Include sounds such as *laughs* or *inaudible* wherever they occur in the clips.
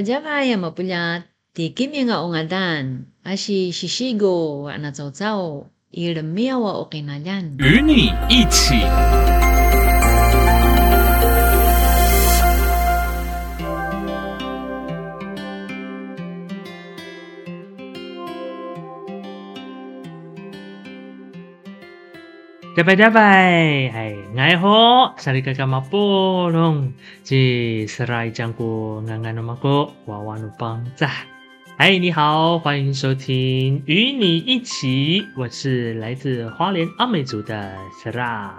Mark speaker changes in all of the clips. Speaker 1: Java-Java yamapulla tikimianga ongatán, ashi shishigo anacaocao, irmiawa o qinalan.
Speaker 2: 与你一起，
Speaker 3: 加拜加拜，哎，爱好，萨利卡卡马波隆，这是来讲过安安的马哥娃娃的帮仔。嗨，你好，欢迎收听《与你一起》，我是来自花莲阿美族的 Sara。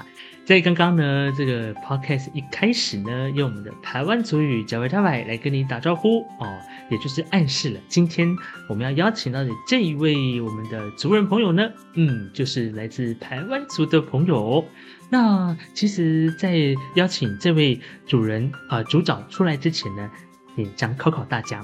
Speaker 3: 在刚刚呢，这个 podcast 一开始呢，用我们的台湾族语“加维加维”来跟你打招呼哦，也就是暗示了今天我们要邀请到的这一位我们的族人朋友呢，嗯，就是来自台湾族的朋友。那其实，在邀请这位主人啊、呃、主角出来之前呢，也想考考大家，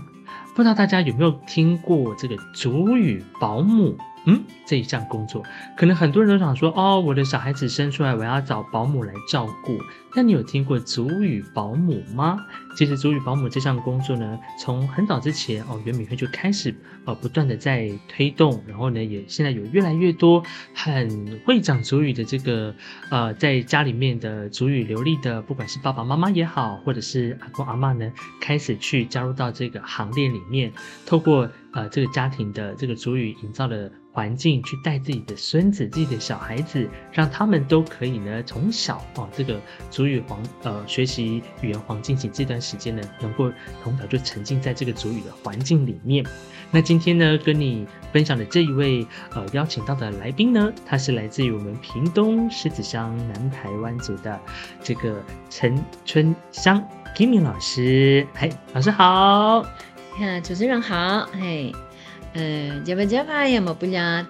Speaker 3: 不知道大家有没有听过这个主语保姆？嗯，这一项工作，可能很多人都想说，哦，我的小孩子生出来，我要找保姆来照顾。那你有听过足语保姆吗？其实足语保姆这项工作呢，从很早之前哦，袁敏慧就开始呃不断的在推动，然后呢，也现在有越来越多很会讲足语的这个呃，在家里面的足语流利的，不管是爸爸妈妈也好，或者是阿公阿嬷呢，开始去加入到这个行列里面，透过呃这个家庭的这个主语营造的环境，去带自己的孙子、自己的小孩子，让他们都可以呢从小哦这个主语黄呃学习语言黄金期这段时间呢，能够从小就沉浸在这个主语的环境里面。那今天呢，跟你分享的这一位呃邀请到的来宾呢，他是来自于我们屏东狮子乡南台湾族的这个陈春香 Kimi 老师。嗨，老师好。
Speaker 1: 呀，主持人好，嘿，呃，Java-Java yamapulla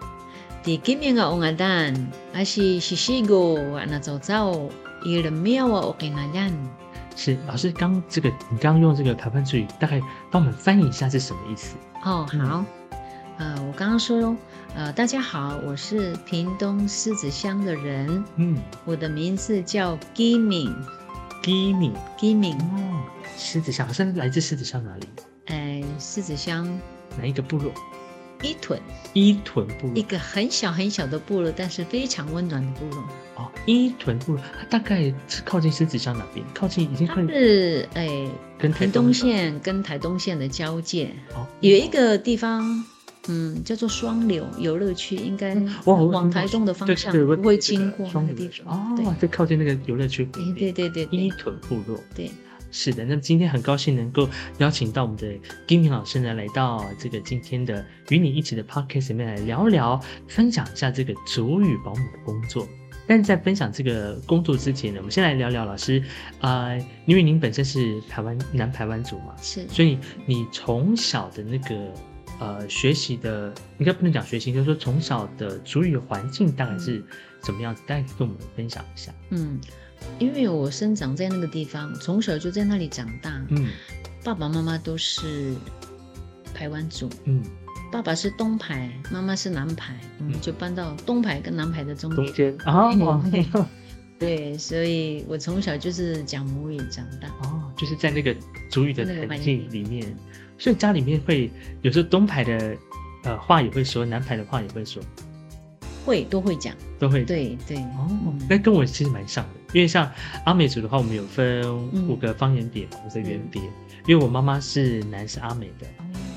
Speaker 1: tikimianga ongatán, ashi shishigo anacaocao, irmiawa o qinalan.
Speaker 3: 是老师刚这个，你刚刚用这个台湾主语，大概帮我们翻译一下是什么意思？
Speaker 1: 哦，好，呃，我刚刚说，呃，大家好，我是屏东狮子乡的人，
Speaker 3: 嗯
Speaker 1: 我的名字叫 Giming
Speaker 3: ，Kimi，
Speaker 1: Giming，
Speaker 3: 哦，狮子乡，是来自狮子乡哪里？
Speaker 1: 呃，狮子乡
Speaker 3: 哪一个部落？
Speaker 1: 伊屯，
Speaker 3: 伊屯部
Speaker 1: 一
Speaker 3: 落
Speaker 1: 个很小很小的部落，但是非常温暖的部落。
Speaker 3: 哦，伊屯部落，它大概是靠近狮子乡哪边？靠近已经
Speaker 1: 它
Speaker 3: 快
Speaker 1: 是诶
Speaker 3: 跟台
Speaker 1: 屏东
Speaker 3: 了
Speaker 1: 县跟台东县的交界，
Speaker 3: 哦，
Speaker 1: 有一个地方，嗯，叫做双柳游乐区，应该
Speaker 3: 哇嗯我
Speaker 1: 往台东的方向
Speaker 3: 对对我
Speaker 1: 不会经过
Speaker 3: 双
Speaker 1: 那个
Speaker 3: 流
Speaker 1: 地
Speaker 3: 区
Speaker 1: 方。
Speaker 3: 哦，就靠近那个游乐区。
Speaker 1: 对，对对对
Speaker 3: 伊
Speaker 1: 对
Speaker 3: 屯部落。
Speaker 1: 对，
Speaker 3: 是的，那今天很高兴能够邀请到我们的金明老师呢，来到这个今天的与你一起的 podcast 里面来聊聊，分享一下这个主语保姆的工作。但是在分享这个工作之前呢，我们先来聊聊老师，呃，因为您本身是台湾南台湾族嘛，
Speaker 1: 是
Speaker 3: 所以你从小的那个呃学习的，应该不能讲学习，就是说从小的主语环境大概是怎么样子，大概可以跟我们分享一下。
Speaker 1: 嗯，因为我生长在那个地方，从小就在那里长大，
Speaker 3: 嗯
Speaker 1: 爸爸妈妈都是台湾族，
Speaker 3: 嗯，
Speaker 1: 爸爸是东排，妈妈是南排，我们
Speaker 3: 嗯
Speaker 1: 就搬到东排跟南排的中
Speaker 3: 中
Speaker 1: 间。
Speaker 3: 间啊，
Speaker 1: *laughs*
Speaker 3: 哦
Speaker 1: 嘿嘿对，所以我从小就是讲母语长大。
Speaker 3: 哦，就是在那个主语的
Speaker 1: 那个
Speaker 3: 环
Speaker 1: 环
Speaker 3: 境
Speaker 1: 境
Speaker 3: 里面，所以家里面会有时候东牌的呃话也会说，南牌的话也会说，
Speaker 1: 会都会讲，
Speaker 3: 都会。
Speaker 1: 对对。
Speaker 3: 哦
Speaker 1: 嗯，
Speaker 3: 那跟我其实蛮像的，因为像阿美族的话，我们有分
Speaker 1: 嗯
Speaker 3: 五个方言别，五个原别。因为我妈妈是南是阿美的，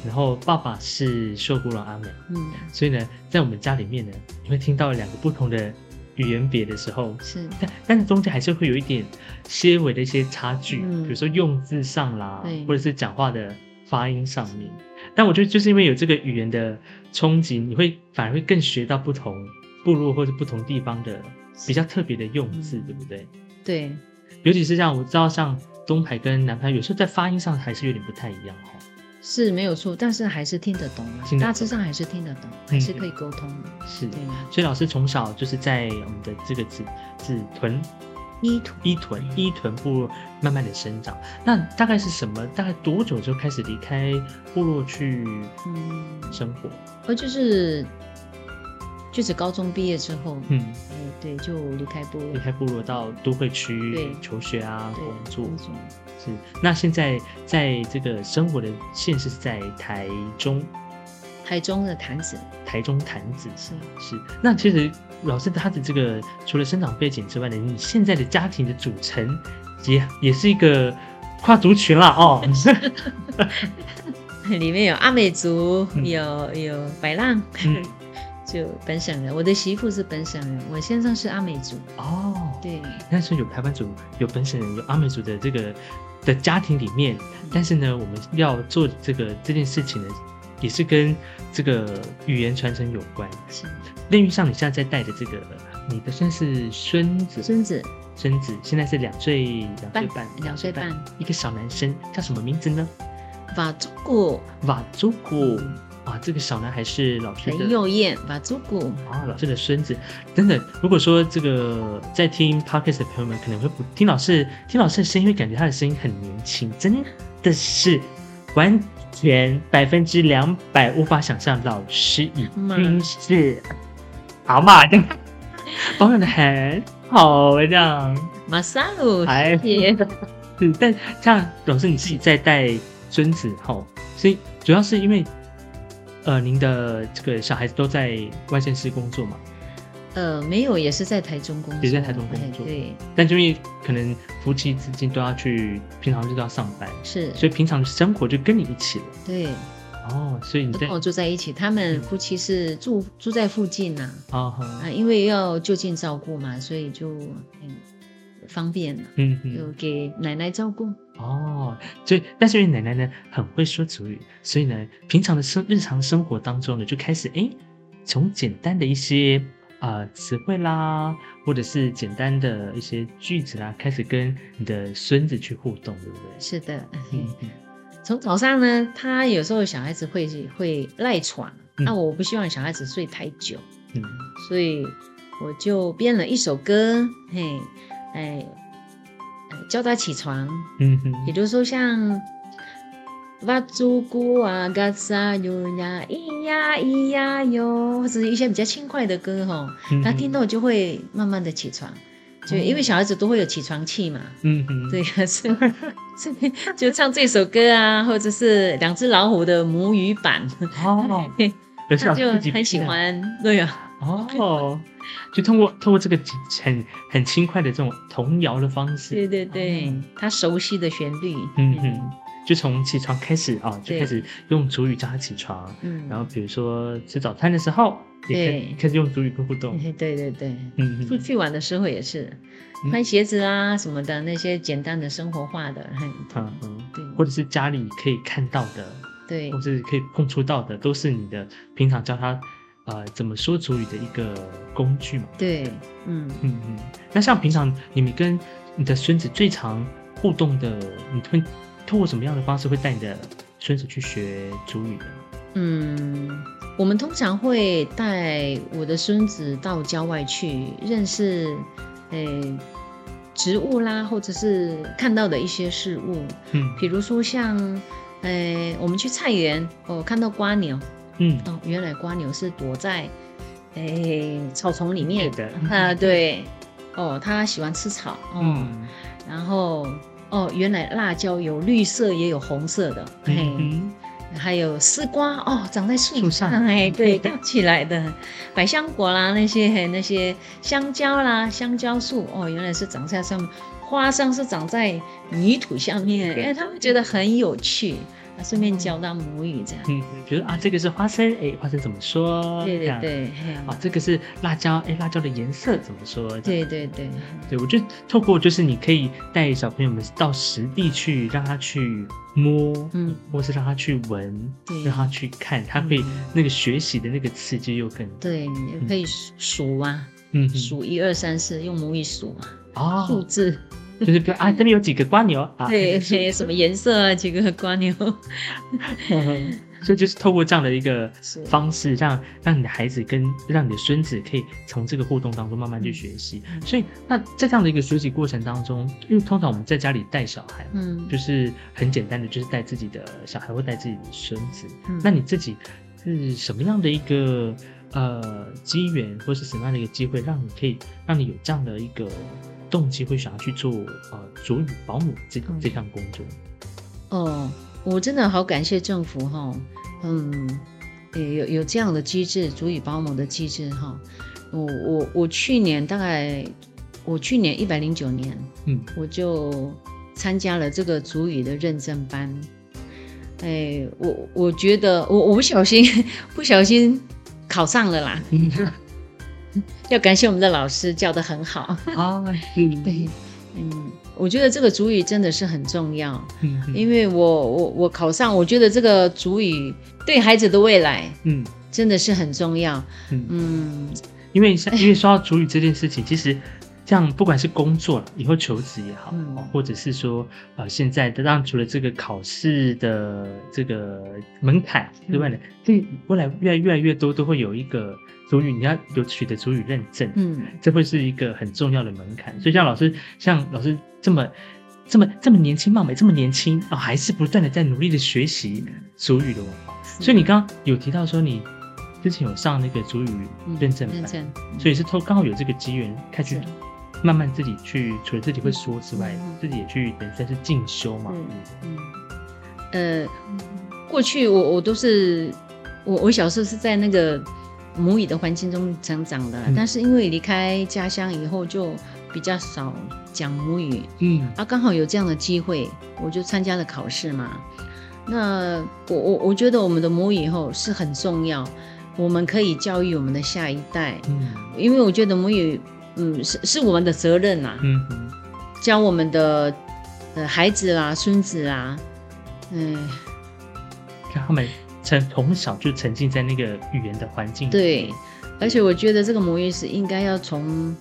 Speaker 3: 然后爸爸是秀姑峦阿美，
Speaker 1: 嗯，
Speaker 3: 所以呢，在我们家里面呢，你会听到两个不同的语言别的时候，
Speaker 1: 是
Speaker 3: 但但是中间还是会有一点些微的一些差距，
Speaker 1: 嗯
Speaker 3: 比如说用字上啦
Speaker 1: 对，
Speaker 3: 或者是讲话的发音上面。但我觉得就是因为有这个语言的冲击，你会反而会更学到不同部落或者不同地方的比较特别的用字，
Speaker 1: 嗯
Speaker 3: 对不对？
Speaker 1: 对，
Speaker 3: 尤其是像我知道，像东牌跟南牌，有时候在发音上还是有点不太一样哦哈、
Speaker 1: 是没有错，但是还是听得懂啊
Speaker 3: 听，得懂嗯
Speaker 1: 大致上还是听得懂，还是可以沟通的。
Speaker 3: 是，
Speaker 1: 对啊吗？
Speaker 3: 所以老师从小就是在我们的这个子子屯
Speaker 1: 依图
Speaker 3: 伊屯
Speaker 1: 嗯
Speaker 3: 伊屯部落慢慢的生长，那大概是什么？大概多久就开始离开部落去
Speaker 1: 嗯，
Speaker 3: 生活？
Speaker 1: 我就是就是高中毕业之后，
Speaker 3: 嗯，
Speaker 1: 哎，对，就离开部
Speaker 3: 离
Speaker 1: 落
Speaker 3: 开部落到都会区
Speaker 1: 对
Speaker 3: 求学啊，
Speaker 1: 对
Speaker 3: 工作
Speaker 1: 工作。
Speaker 3: 是。那现在在这个生活的县市是在台中，
Speaker 1: 台中的坛子
Speaker 3: 台中潭子
Speaker 1: 是
Speaker 3: 是。那其实老师他的这个除了生长背景之外呢，你现在的家庭的组成也也是一个跨族群啦
Speaker 1: *laughs*
Speaker 3: 哦，
Speaker 1: 里面有阿美族，
Speaker 3: 嗯
Speaker 1: 有有白浪，
Speaker 3: 嗯
Speaker 1: 就本省人。我的媳妇是本省人，我先生是阿美族。
Speaker 3: 哦，
Speaker 1: 对，
Speaker 3: 那时候有台湾族、有本省人、有阿美族的这个的家庭里面，但是呢，我们要做这个这件事情呢，也是跟这个语言传承有关。
Speaker 1: 是
Speaker 3: 另一上，你现在在带的这个，你的算是孙子，
Speaker 1: 孙子
Speaker 3: 孙子现在是两岁，两岁
Speaker 1: 半
Speaker 3: 半，
Speaker 1: 两岁半，
Speaker 3: 一个小男生，叫什么名字呢？
Speaker 1: 瓦祖古
Speaker 3: 瓦祖古。啊，这个小男孩是老师
Speaker 1: 陈
Speaker 3: 的
Speaker 1: 幼燕，瓦祖古
Speaker 3: 啊，老师的孙子等等。如果说这个在听 podcast 的朋友们可能会不听老师听老师的声音，会感觉他的声音很年轻，真的是完全百分之两百无法想象，老师已经是阿妈的， *laughs* 保养的很好这样。
Speaker 1: 马萨鲁，
Speaker 3: 哎
Speaker 1: 谢谢。 *laughs*
Speaker 3: 是，嗯但像老师你自己在带孙子后，所以主要是因为呃您的这个小孩子都在外县市工作嘛。
Speaker 1: 呃，没有，也是在台中工作，
Speaker 3: 也在台中工作
Speaker 1: 哎对，
Speaker 3: 但就因为可能夫妻之间都要去，平常就都要上班，
Speaker 1: 是，
Speaker 3: 所以平常生活就跟你一起了。
Speaker 1: 对，
Speaker 3: 哦，所以你
Speaker 1: 都
Speaker 3: 在嗯
Speaker 1: 跟我住在一起。他们夫妻是住住在附近呐、
Speaker 3: 哦，
Speaker 1: 啊，
Speaker 3: 好
Speaker 1: 因为要就近照顾嘛，所以就嗯方便了，
Speaker 3: 嗯
Speaker 1: 就
Speaker 3: 嗯，
Speaker 1: 给奶奶照顾。
Speaker 3: 哦，所以但是因为奶奶呢很会说主语，所以呢，平常的生日常生活当中呢，就开始诶，从简单的一些啊词汇啦，或者是简单的一些句子啦，开始跟你的孙子去互动，对不对？
Speaker 1: 是的，
Speaker 3: 嗯嗯
Speaker 1: 从早上呢，他有时候小孩子会会赖床，
Speaker 3: 嗯
Speaker 1: 那、我不希望小孩子睡太久，
Speaker 3: 嗯，
Speaker 1: 所以我就编了一首歌，嘿，哎，哎叫他起床，
Speaker 3: 嗯哼
Speaker 1: 也就是说像。哇祖古啊，嘎萨哟呀，咿呀咿呀哟，或者是一些比较轻快的歌吼，
Speaker 3: 嗯
Speaker 1: 他
Speaker 3: 哼
Speaker 1: 听，到就会慢慢的起床，就
Speaker 3: 哦
Speaker 1: 因为小孩子都会有起床气嘛，
Speaker 3: 嗯
Speaker 1: *laughs*
Speaker 3: 哼，
Speaker 1: 对，可是所以就唱这首歌啊，或者是两只老虎的母语
Speaker 3: *laughs*
Speaker 1: 版， *laughs*
Speaker 3: 哦，有些
Speaker 1: 他
Speaker 3: 老师
Speaker 1: 就
Speaker 3: 自己
Speaker 1: 很喜
Speaker 3: 编的
Speaker 1: 欢。对啊，
Speaker 3: 哦，就通过透过这个很很轻快的这种童谣的方式，
Speaker 1: 对对对
Speaker 3: 嗯，
Speaker 1: 他熟悉的旋律，
Speaker 3: 嗯嗯，就从起床开始啊，就
Speaker 1: 对
Speaker 3: 开始用主语叫他起床，
Speaker 1: 嗯，
Speaker 3: 然后比如说吃早餐的时候，也开
Speaker 1: 对
Speaker 3: 开始用主语跟互动，
Speaker 1: 嘿对对对，
Speaker 3: 嗯
Speaker 1: 出
Speaker 3: 嗯
Speaker 1: 去玩的时候也是
Speaker 3: 嗯
Speaker 1: 穿鞋子啊什么的那些简单的生活化的，
Speaker 3: 嗯
Speaker 1: 嘿
Speaker 3: 嗯，
Speaker 1: 对
Speaker 3: 或者是家里可以看到的，
Speaker 1: 对
Speaker 3: 或是可以碰触到的，都是你的平常教他呃怎么说主语的一个工具嘛，
Speaker 1: 对，嗯。
Speaker 3: 嗯嗯，那像平常你们跟你的孙子最常互动的，你会通过什么样的方式会带你的孙子去学主语呢？
Speaker 1: 嗯，我们通常会带我的孙子到郊外去认识，呃，植物啦，或者是看到的一些事物，
Speaker 3: 嗯
Speaker 1: 比如说像，呃，我们去菜园，哦，看到瓜牛，
Speaker 3: 嗯，
Speaker 1: 哦，原来瓜牛是躲在，呃，草丛里面
Speaker 3: 对的
Speaker 1: *laughs* 啊，对，哦，它喜欢吃草，哦，
Speaker 3: 嗯
Speaker 1: 然后，哦，原来辣椒有绿色也有红色的，嘿。
Speaker 3: 嗯
Speaker 1: 还有丝瓜哦，长在树
Speaker 3: 树上
Speaker 1: 哎，对，吊起来的百香果啦，那些那些香蕉啦，香蕉树哦，原来是长在上面，花生是长在泥土下面，
Speaker 3: 对
Speaker 1: 哎，他们觉得很有趣，啊顺便教他母语这样，
Speaker 3: 嗯，比如啊，这个是花生，哎，花生怎么说？
Speaker 1: 对
Speaker 3: 这
Speaker 1: 对
Speaker 3: 样。
Speaker 1: 对，嘿
Speaker 3: 啊，这个是辣椒，哎，辣椒的颜色怎么说？这样
Speaker 1: 对对对，
Speaker 3: 对，我就透过就是你可以带小朋友们到实地去，让他去摸，
Speaker 1: 嗯，
Speaker 3: 或是让他去闻，
Speaker 1: 对
Speaker 3: 让他去看，他可以
Speaker 1: 嗯
Speaker 3: 那个学习的那个刺激又更
Speaker 1: 对，你也可以数啊，
Speaker 3: 嗯哼
Speaker 1: 数一二三四，用母语数啊，数 *laughs*
Speaker 3: 哦，
Speaker 1: 字，
Speaker 3: 就是比如啊，这边有几个瓜牛啊， *laughs*
Speaker 1: 对，嘿什么颜色啊，几个瓜牛，
Speaker 3: 所以就是透过这样的一个
Speaker 1: 是
Speaker 3: 方式，让让你的孩子跟让你的孙子可以从这个互动当中慢慢去学习。
Speaker 1: 嗯
Speaker 3: 所以那在这样的一个学习过程当中，因为通常我们在家里带小孩嘛，
Speaker 1: 嗯
Speaker 3: 就是很简单的，就是带自己的小孩或带自己的孙子。
Speaker 1: 嗯
Speaker 3: 那你自己是什么样的一个呃机缘或是什么样的一个机会，让你可以让你有这样的一个动机，会想要去做呃主语保姆这个
Speaker 1: 嗯
Speaker 3: 这项工作？
Speaker 1: 哦，我真的好感谢政府哈、嗯，呃有有这样的机制，足以保姆的机制哈、我我我去年大概，我去年一百零九年，
Speaker 3: 嗯，
Speaker 1: 我就参加了这个足语的认证班。哎，我我觉得我我不小心 *laughs* 不小心考上了啦， *laughs* 要感谢我们的老师教得很好。
Speaker 3: 啊，嗯，
Speaker 1: 哦对，嗯，我觉得这个足语真的是很重要。
Speaker 3: 嗯，嗯
Speaker 1: 因为我我我考上，我觉得这个主语对孩子的未来
Speaker 3: 嗯
Speaker 1: 真的是很重要。
Speaker 3: 嗯
Speaker 1: 嗯，
Speaker 3: 因为
Speaker 1: *laughs*
Speaker 3: 像因为说到主语这件事情，其实像不管是工作以后求职也好，哦
Speaker 1: 嗯
Speaker 3: 或者是说呃现在当然除了这个考试的这个门槛
Speaker 1: 嗯
Speaker 3: 之外呢，这未来越来越来越多都会有一个主语，你要有取得主语认证，
Speaker 1: 嗯，
Speaker 3: 这会是一个很重要的门槛。所以像老师，像老师这么。这么这么年轻貌美，这么年轻啊、还是不断的在努力的学习
Speaker 1: 嗯
Speaker 3: 主语的文化。所以你刚刚有提到说，你之前有上那个主语
Speaker 1: 嗯
Speaker 3: 认证班，
Speaker 1: 认真，
Speaker 3: 所以是透刚好有这个机缘，开始
Speaker 1: 是
Speaker 3: 慢慢自己去，除了自己会说之外，
Speaker 1: 嗯
Speaker 3: 自己也去本身是进修嘛。
Speaker 1: 嗯嗯，呃，过去我我都是我我小时候是在那个母语的环境中成长的啦，
Speaker 3: 嗯
Speaker 1: 但是因为离开家乡以后，就比较少讲母语，
Speaker 3: 嗯
Speaker 1: 啊，刚好有这样的机会，我就参加了考试嘛。那我我我觉得我们的母语以后是很重要，我们可以教育我们的下一代，
Speaker 3: 嗯
Speaker 1: 因为我觉得母语，嗯，是是我们的责任呐、
Speaker 3: 嗯嗯
Speaker 1: 教我们的呃孩子啦、孙子啦，嗯，
Speaker 3: 看他们从从小就沉浸在那个语言的环境里
Speaker 1: 对
Speaker 3: 面。，
Speaker 1: 而且我觉得这个母语是应该要从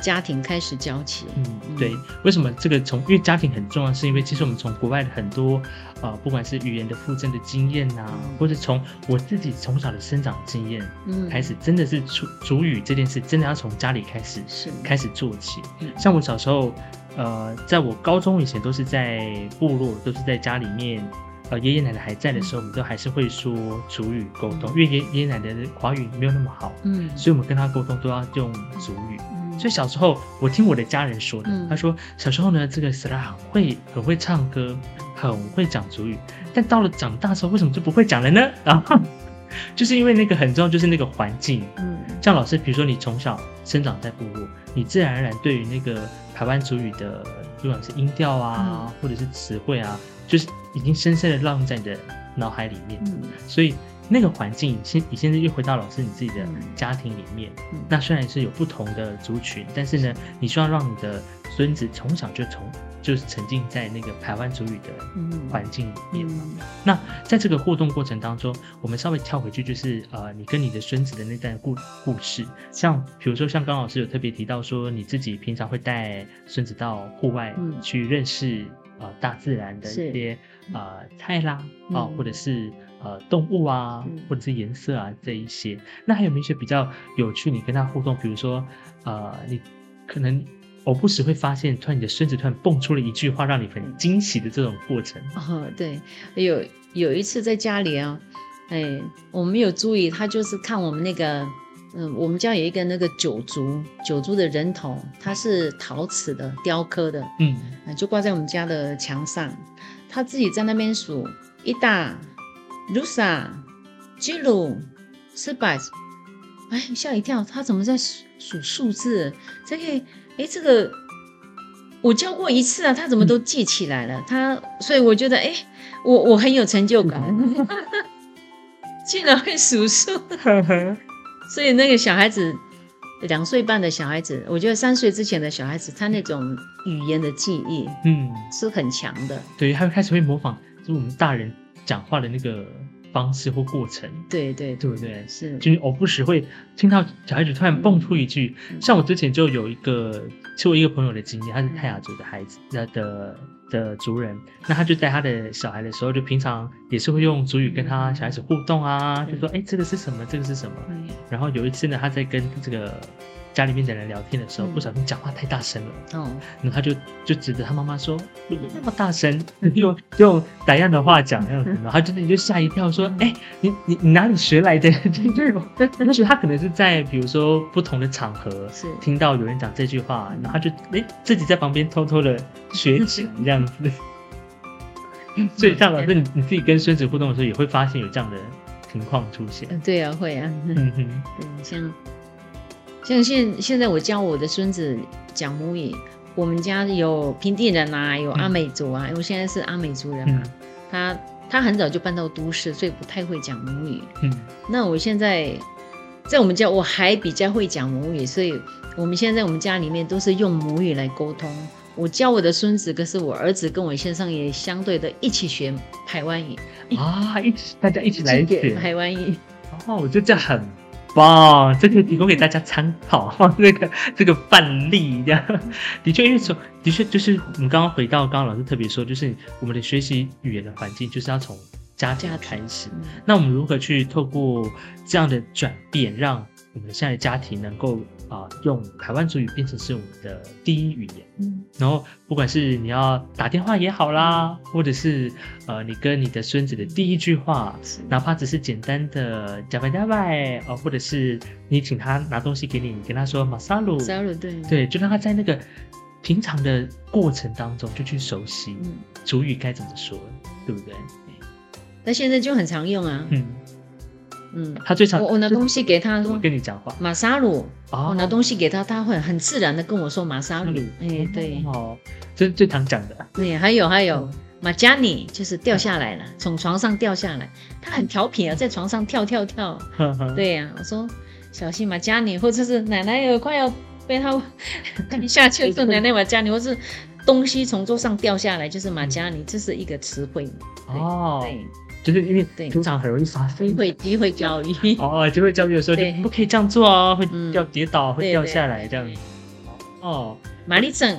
Speaker 1: 家庭开始教起，
Speaker 3: 嗯，对，为什么这个从因为家庭很重要，是因为其实我们从国外的很多呃，不管是语言的附赠的经验呐、
Speaker 1: 嗯
Speaker 3: 或者从我自己从小的生长经验
Speaker 1: 嗯，
Speaker 3: 开始，真的是主主语这件事，真的要从家里开始
Speaker 1: 是
Speaker 3: 开始做起。
Speaker 1: 嗯
Speaker 3: 像我小时候，呃，在我高中以前都是在部落，都是在家里面，呃，爷爷奶奶还在的
Speaker 1: 嗯
Speaker 3: 时候，我们都还是会说主语沟通，因为爷爷爷奶奶的华语没有那么好，
Speaker 1: 嗯，
Speaker 3: 所以我们跟他沟通都要用主语。
Speaker 1: 嗯
Speaker 3: 所以小时候，我听我的家人说的，
Speaker 1: 嗯
Speaker 3: 他说小时候呢，这个 s a r a 很会很会唱歌，很会讲主语，但到了长大之后，为什么就不会讲了呢？然后 *laughs* 就是因为那个很重要，就是那个环境，
Speaker 1: 嗯
Speaker 3: 像老师，比如说你从小生长在部落，你自然而然对于那个台湾族语的，不管是音调
Speaker 1: 嗯
Speaker 3: 啊，或者是词汇啊，就是已经深深的烙印在你的脑海里面。
Speaker 1: 嗯
Speaker 3: 所以那个环境，现你现在又回到老师你自己的
Speaker 1: 嗯
Speaker 3: 家庭里面，
Speaker 1: 嗯
Speaker 3: 那虽然是有不同的族群，但是呢，你希望让你的孙子从小就从就是沉浸在那个台湾族语的
Speaker 1: 嗯
Speaker 3: 环境里面嘛。
Speaker 1: 嗯
Speaker 3: 那在这个互动过程当中，我们稍微跳回去，就是呃，你跟你的孙子的那段故故事，像比如说像刚老师有特别提到说，你自己平常会带孙子到户外
Speaker 1: 嗯
Speaker 3: 去认识、呃大自然的
Speaker 1: 是
Speaker 3: 一些呃菜啦啊、
Speaker 1: 嗯
Speaker 3: 或者是呃动物啊，
Speaker 1: 嗯
Speaker 3: 或者是颜色啊这一些。那还有没有一些比较有趣？你跟他互动，比如说呃，你可能。我不时会发现，突然你的孙子突然蹦出了一句话，让你
Speaker 1: 嗯
Speaker 3: 很惊喜的这种过程。
Speaker 1: 哦，对，有有一次在家里啊，哎，我没有注意，他就是看我们那个，嗯，我们家有一个那个九族，九族的人头，它是陶瓷的雕刻的，
Speaker 3: 嗯
Speaker 1: 呃就挂在我们家的墙上。他自己在那边数一打、卢萨、吉鲁、四百，哎，吓一跳，他怎么在数数数字？这个，哎，这个我教过一次啊，他怎么都记起来了？他，所以我觉得，哎，我我很有成就感，竟然会数数。 *laughs* 所以那个小孩子，两岁半的小孩子，我觉得三岁之前的小孩子，他那种语言的记忆
Speaker 3: 嗯，
Speaker 1: 是很强的。
Speaker 3: 对，他会开始会模仿，就是我们大人讲话的那个方式或过程，
Speaker 1: 对对
Speaker 3: 对不对？
Speaker 1: 是，
Speaker 3: 就是我不时会听到小孩子突然蹦出一句，
Speaker 1: 嗯
Speaker 3: 像我之前就有一个，是我一个朋友的经验，他是泰雅族的孩子，那的的族人，那他就带他的小孩的时候，就平常也是会用族语跟他小孩子互动啊，就说哎这个是什么，这个是什么。
Speaker 1: 嗯
Speaker 3: 然后有一次呢，他在跟这个家里面的人聊天的时候，
Speaker 1: 嗯
Speaker 3: 不小心讲话太大声了，
Speaker 1: 哦，
Speaker 3: 然后他就就指着他妈妈说：“你那么大声， *laughs* 用用打样的话讲那样子。”然后他真的就吓一跳，说：“哎、你你你哪里学来的 *laughs* 这句话？”也许他可能是在比如说不同的场合
Speaker 1: 是
Speaker 3: 听到有人讲这句话，然后他就哎、自己在旁边偷偷的学起来这样子。所以像老师，你你自己跟孙子互动的时候，也会发现有这样的情况出现。
Speaker 1: 嗯对啊，会啊，
Speaker 3: 嗯哼，
Speaker 1: 对，像像现现在我教我的孙子讲母语，我们家有平地人啊，有阿美族啊，因为我现在是阿美族人嘛，
Speaker 3: 嗯
Speaker 1: 他他很早就搬到都市，所以不太会讲母语。
Speaker 3: 嗯
Speaker 1: 那我现在在我们家，我还比较会讲母语，所以我们现在我们家里面都是用母语来沟通。我教我的孙子，可是我儿子跟我先生也相对的一起学台湾语，
Speaker 3: 啊，一起大家一起来
Speaker 1: 一起学
Speaker 3: 学。
Speaker 1: 台湾语。
Speaker 3: 哦，我觉得这很棒，这个提供给大家参考， *laughs* 这个这个范例这样，的确，因为从的确就是我们刚刚回到刚刚老师特别说，就是我们的学习语言的环境就是要从家庭
Speaker 1: 家庭
Speaker 3: 开始。
Speaker 1: 嗯
Speaker 3: 那我们如何去透过这样的转变，让我们现在的家庭能够啊、用台湾主语变成是我们的第一语言？
Speaker 1: 嗯
Speaker 3: 然后不管是你要打电话也好啦，或者是呃你跟你的孙子的第一句话，
Speaker 1: 是
Speaker 3: 哪怕只是简单的加拜加拜哦，或者是你请他拿东西给你，你跟他说马萨鲁，
Speaker 1: ，sorry，对，
Speaker 3: 对，就让他在那个平常的过程当中就去熟悉
Speaker 1: 嗯，
Speaker 3: 主语该怎么说，对不对？
Speaker 1: 但现在就很常用啊，
Speaker 3: 嗯，
Speaker 1: 嗯，
Speaker 3: 他最常
Speaker 1: 我我拿东西给他
Speaker 3: 怎么
Speaker 1: 说
Speaker 3: 跟你讲话
Speaker 1: 马沙鲁，
Speaker 3: 哦
Speaker 1: 我拿东西给他，他会很自然的跟我说马沙鲁，哎，对，
Speaker 3: 哦，这是最常讲的， *laughs*
Speaker 1: 对，还有还有，马加尼就是掉下来了，从床上掉下来，他很调皮啊，在床上跳跳跳。
Speaker 3: 呵呵，
Speaker 1: 对呀、我说小心马加尼，或者是奶奶有快要被他 *laughs* 干下去，说奶奶马加尼，或是东西从桌上掉下来，就是马加尼，这是一个词汇。
Speaker 3: 哦，
Speaker 1: 对，
Speaker 3: 就是因为
Speaker 1: 对
Speaker 3: 平常很容易发生
Speaker 1: 机。会机会教育。 *laughs*
Speaker 3: 哦，就会教育的时候就
Speaker 1: 对
Speaker 3: 不可以这样做哦，会
Speaker 1: 嗯
Speaker 3: 掉跌倒，会
Speaker 1: 对
Speaker 3: 掉
Speaker 1: 对
Speaker 3: 下来这样
Speaker 1: 对
Speaker 3: 子。哦，
Speaker 1: 玛丽整，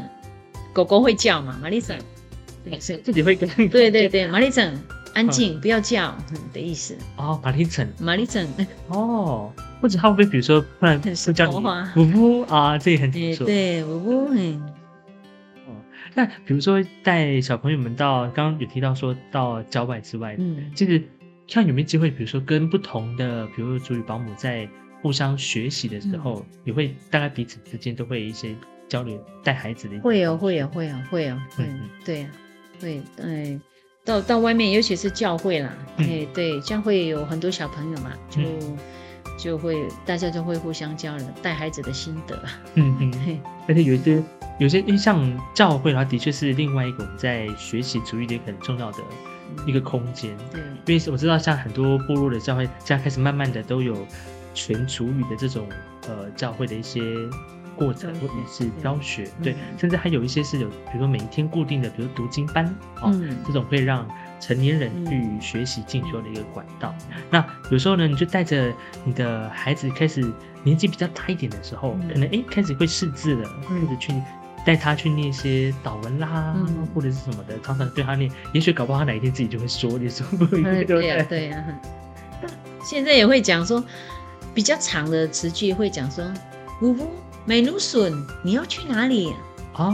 Speaker 1: 狗狗会叫嘛？玛丽整，对嗯是
Speaker 3: 哎自己会跟
Speaker 1: 对对对，玛丽整，安静，不要叫嗯的意思。
Speaker 3: 哦，把你整
Speaker 1: 玛丽整，
Speaker 3: 哦，或者他会不会比如说突然
Speaker 1: 很
Speaker 3: 会叫
Speaker 1: 生活化
Speaker 3: 你呜呜啊，这也很清
Speaker 1: 哎，
Speaker 3: 楚。
Speaker 1: 对，我不嗯
Speaker 3: 那比如说带小朋友们到，刚刚有提到说到郊外之外，
Speaker 1: 嗯
Speaker 3: 其实看有没有机会，比如说跟不同的，比如说主语保姆在互相学习的时
Speaker 1: 嗯
Speaker 3: 候，也会大概彼此之间都会有一些交流，带孩子的一些
Speaker 1: 会哦，
Speaker 3: 方式
Speaker 1: 会哦，会哦，会哦，会
Speaker 3: 嗯嗯，
Speaker 1: 对呀，对，哎，到到外面，尤其是教会啦，
Speaker 3: 嗯
Speaker 1: 哎，对，教会有很多小朋友嘛，就
Speaker 3: 嗯
Speaker 1: 就会大家就会互相交流，带孩子的心得啊，
Speaker 3: 嗯嗯。
Speaker 1: 嘿，
Speaker 3: 而且有一些有些，因为像教会的话，的确是另外一个我们在学习主义的一个很重要的一个空间。
Speaker 1: 对，
Speaker 3: 因为我知道，像很多部落的教会，现在开始慢慢的都有全主语的这种呃教会的一些过程
Speaker 1: 教学
Speaker 3: 或者是教学，
Speaker 1: 嗯
Speaker 3: 对，甚至还有一些是有，比如说每一天固定的，比如读经班哦，
Speaker 1: 嗯
Speaker 3: 这种会让成年人去
Speaker 1: 嗯
Speaker 3: 学习进修的一个管道。那有时候呢，你就带着你的孩子开始年纪比较大一点的时候，
Speaker 1: 嗯
Speaker 3: 可能诶开始会识字了，
Speaker 1: 嗯
Speaker 3: 或者去带他去念一些祷文啦，
Speaker 1: 嗯
Speaker 3: 或者是什么的，常常对他念，也许搞不好他哪一天自己就会说，你说不一定，
Speaker 1: 哎
Speaker 3: 对
Speaker 1: 对
Speaker 3: 不对？
Speaker 1: 呀，对呀，现在也会讲说比较长的词句，会讲说，呜呜，美鲁笋，你要去哪里？啊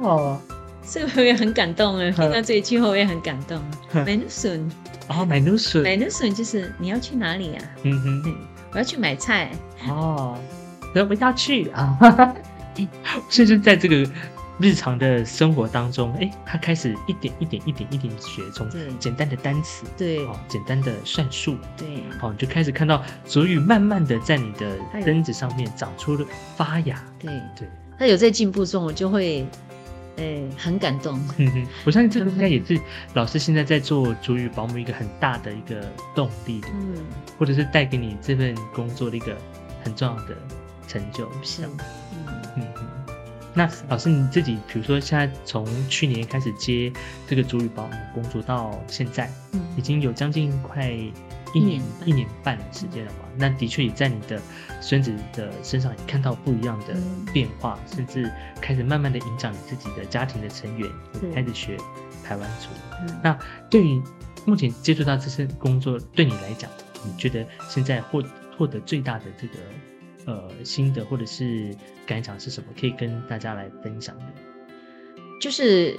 Speaker 3: 哦，
Speaker 1: *laughs* 这个我也很感动啊！
Speaker 3: 呵
Speaker 1: 听到这一句话，我也很感动啊。
Speaker 3: *laughs* 呵
Speaker 1: 美鲁笋，
Speaker 3: 哦，买芦
Speaker 1: 美
Speaker 3: 笋，
Speaker 1: 鲁笋就是你要去哪里呀、
Speaker 3: 嗯哼，
Speaker 1: 我要去买菜。
Speaker 3: 哦，那我们要去啊， *laughs* 所以就在这个日常的生活当中，哎，他开始一点一点一点一点学，从
Speaker 1: 对
Speaker 3: 简单的单词，
Speaker 1: 对
Speaker 3: 哦，简单的算术，
Speaker 1: 对，
Speaker 3: 哦，你就开始看到主语慢慢的在你的
Speaker 1: 哎呦
Speaker 3: 身子上面长出了发芽，
Speaker 1: 对，
Speaker 3: 对。
Speaker 1: 他有在进步中，我就会，诶、很感动。
Speaker 3: 嗯哼，我相信这个应该也是老师现在在做主语保姆一个很大的一个动力，
Speaker 1: 嗯，
Speaker 3: 或者是带给你这份工作的一个很重要的成就。
Speaker 1: 是，嗯，
Speaker 3: 嗯哼。那老师你自己，比如说现在从去年开始接这个主语保姆工作到现在，已
Speaker 1: 嗯
Speaker 3: 经有将近快一
Speaker 1: 一
Speaker 3: 年
Speaker 1: 年半
Speaker 3: 一年半的时间了嘛。那的确也在你的孙子的身上也看到不一样的
Speaker 1: 嗯
Speaker 3: 变化，甚至开始慢慢的影响你自己的家庭的成员，
Speaker 1: 对
Speaker 3: 开始学台湾族。
Speaker 1: 嗯
Speaker 3: 那对于目前接触到这些工作，对你来讲，你觉得现在获获得最大的这个呃心得或者是感想是什么，可以跟大家来分享的？
Speaker 1: 就是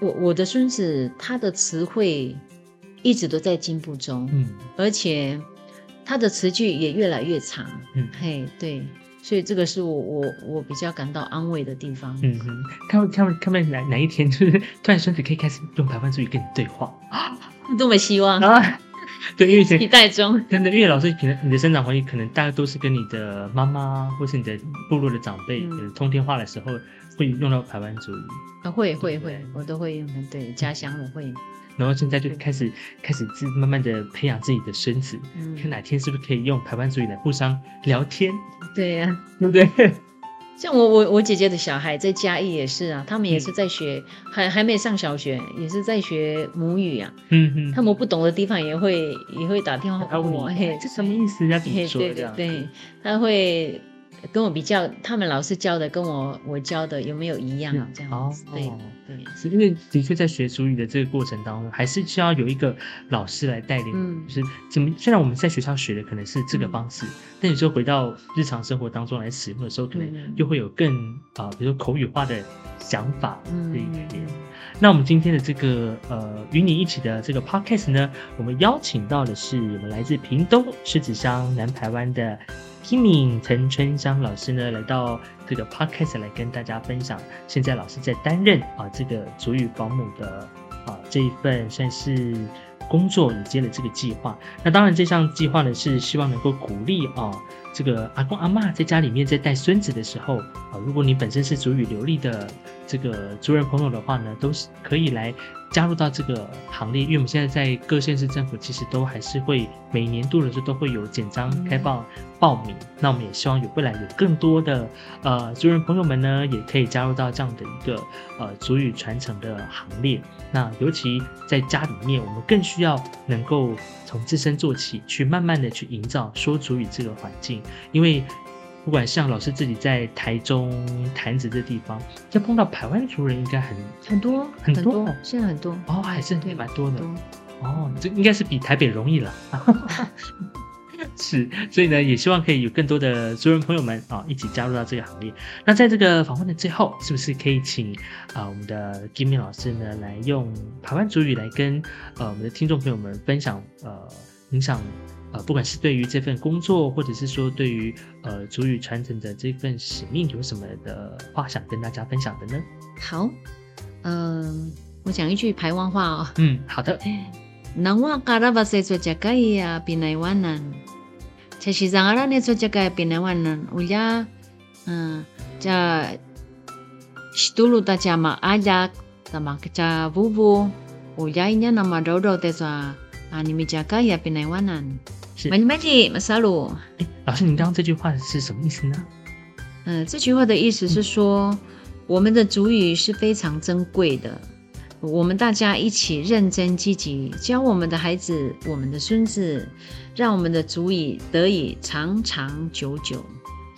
Speaker 1: 我我的孙子他的词汇一直都在进步中，
Speaker 3: 嗯
Speaker 1: 而且他的词句也越来越长。
Speaker 3: 嗯
Speaker 1: 嘿，对，所以这个是我我我比较感到安慰的地方。
Speaker 3: 嗯哼，看会看会看会哪哪一天就是突然孙子可以开始用台湾主语跟你对话
Speaker 1: 多么希望，
Speaker 3: 啊？对，因为以前
Speaker 1: 期待中。
Speaker 3: 真的，因为老师可能你的生长环境可能大家都是跟你的妈妈或是你的部落的长辈、
Speaker 1: 嗯
Speaker 3: 可能通电话的时候会用到台湾主语，
Speaker 1: 啊，会会
Speaker 3: 对
Speaker 1: 会，我都会用的。对，家乡我会，
Speaker 3: 然后现在就开始开始自慢慢的培养自己的孙子，看
Speaker 1: 嗯，
Speaker 3: 哪天是不是可以用台湾主语来互相聊天，
Speaker 1: 对呀、
Speaker 3: 对不对？
Speaker 1: 像我我我姐姐的小孩在嘉义也是啊，他们也是
Speaker 3: 嗯
Speaker 1: 在学，还还没上小学，也是在学母语啊。
Speaker 3: 嗯嗯，
Speaker 1: 他们不懂的地方也会也会打电话
Speaker 3: 他
Speaker 1: 问
Speaker 3: 问
Speaker 1: 我，
Speaker 3: 你
Speaker 1: 嘿
Speaker 3: 哎，这什么意思？要怎么
Speaker 1: *laughs* 嘿，
Speaker 3: 说
Speaker 1: 对
Speaker 3: 这
Speaker 1: 对
Speaker 3: 样？
Speaker 1: 对，他会跟我比较，他们老师教的跟我我教的有没有一样
Speaker 3: 嗯？
Speaker 1: 这样子，
Speaker 3: 哦
Speaker 1: 对对，
Speaker 3: 是因为的确在学主语的这个过程当中，还是需要有一个老师来带领。
Speaker 1: 嗯
Speaker 3: 就是怎么，虽然我们在学校学的可能是这个
Speaker 1: 嗯
Speaker 3: 方式，但有时候回到日常生活当中来使用的时候，可
Speaker 1: 嗯
Speaker 3: 能又会有更啊、比如说口语化的想法
Speaker 1: 嗯
Speaker 3: 的一些。那我们今天的这个呃与你一起的这个 podcast 呢，我们邀请到的是我们来自屏东狮子乡南台湾的 Kimi 陈春香老师呢，来到这个 podcast 来跟大家分享。现在老师在担任啊这个主语保姆的啊这一份算是工作以接了这个计划。那当然这项计划呢是希望能够鼓励啊这个阿公阿嬷在家里面在带孙子的时候啊，如果你本身是主语流利的这个族人朋友的话呢，都是可以来加入到这个行列。因为我们现在在各县市政府其实都还是会每年度的时候都会有简章
Speaker 1: 嗯
Speaker 3: 开放报名。那我们也希望有未来有更多的呃族人朋友们呢，也可以加入到这样的一个呃族语传承的行列。那尤其在家里面，我们更需要能够从自身做起，去慢慢的去营造说主语这个环境，因为。不管像老师自己在台中潭子这地方，要碰到台湾族人应该很
Speaker 1: 很多
Speaker 3: 很多
Speaker 1: 多，现在很多
Speaker 3: 哦，还是
Speaker 1: 对
Speaker 3: 蛮多的
Speaker 1: 多，
Speaker 3: 哦，这应该是比台北容易了。 *laughs* 是，所以呢，也希望可以有更多的族人朋友们啊、一起加入到这个行列。那在这个访问的最后，是不是可以请啊、我们的 Gimme 老师呢，来用台湾主语来跟呃我们的听众朋友们分享呃影响呃不管是对于这份工作，或者是说对于呃主语传承的这份使命有什么的话想跟大家分享的呢？
Speaker 1: 好，嗯、我讲一句台湾话哦。
Speaker 3: 嗯，好的，
Speaker 1: 南湾嘎拉巴塞做加盖呀，比奈湾南，切西藏阿拉内做加盖比奈湾南，乌呀，嗯，加西多鲁大家嘛阿呀，大嘛加布布，乌呀伊呀那嘛柔柔的做啊，你们加盖呀比奈湾南，
Speaker 3: 是
Speaker 1: 马里马里马萨鲁，
Speaker 3: 哎老师，您刚刚这句话是什么意思呢？
Speaker 1: 嗯，这句话的意思是说，我们的主语是非常珍贵的，我们大家一起认真积极，教我们的孩子、我们的孙子，让我们的主语得以长长久久。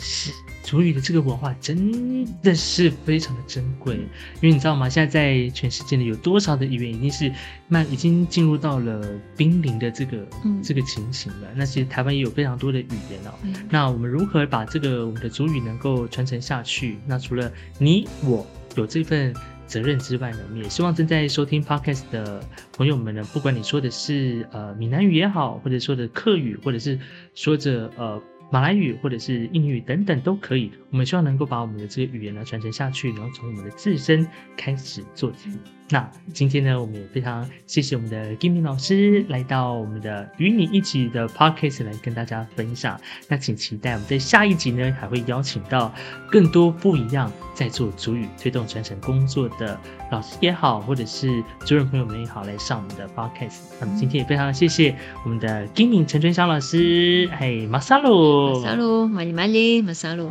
Speaker 3: 是主语的这个文化真的是非常的珍贵，因为你知道吗？现在在全世界呢，有多少的语言已经是慢，已经进入到了濒临的这个、
Speaker 1: 嗯
Speaker 3: 这个情形了。那其实台湾也有非常多的语言哦。那我们如何把这个我们的主语能够传承下去？那除了你我有这份责任之外呢，我们也希望正在收听 podcast 的朋友们呢，不管你说的是呃闽南语也好，或者说的客语，或者是说着呃。马来语或者是印尼语等等都可以，我们希望能够把我们的这个语言呢传承下去，然后从我们的自身开始做起。那今天呢，我们也非常谢谢我们的 Gimme 老师来到我们的与你一起的 podcast 来跟大家分享。那请期待我们在下一集呢，还会邀请到更多不一样在做主语推动传承工作的老师也好，或者是主任朋友们也好，来上我们的 podcast。那么今天也非常谢谢我们的金敏陈春香老师，嘿，马萨鲁，
Speaker 1: 马萨鲁，马里马里，马萨鲁。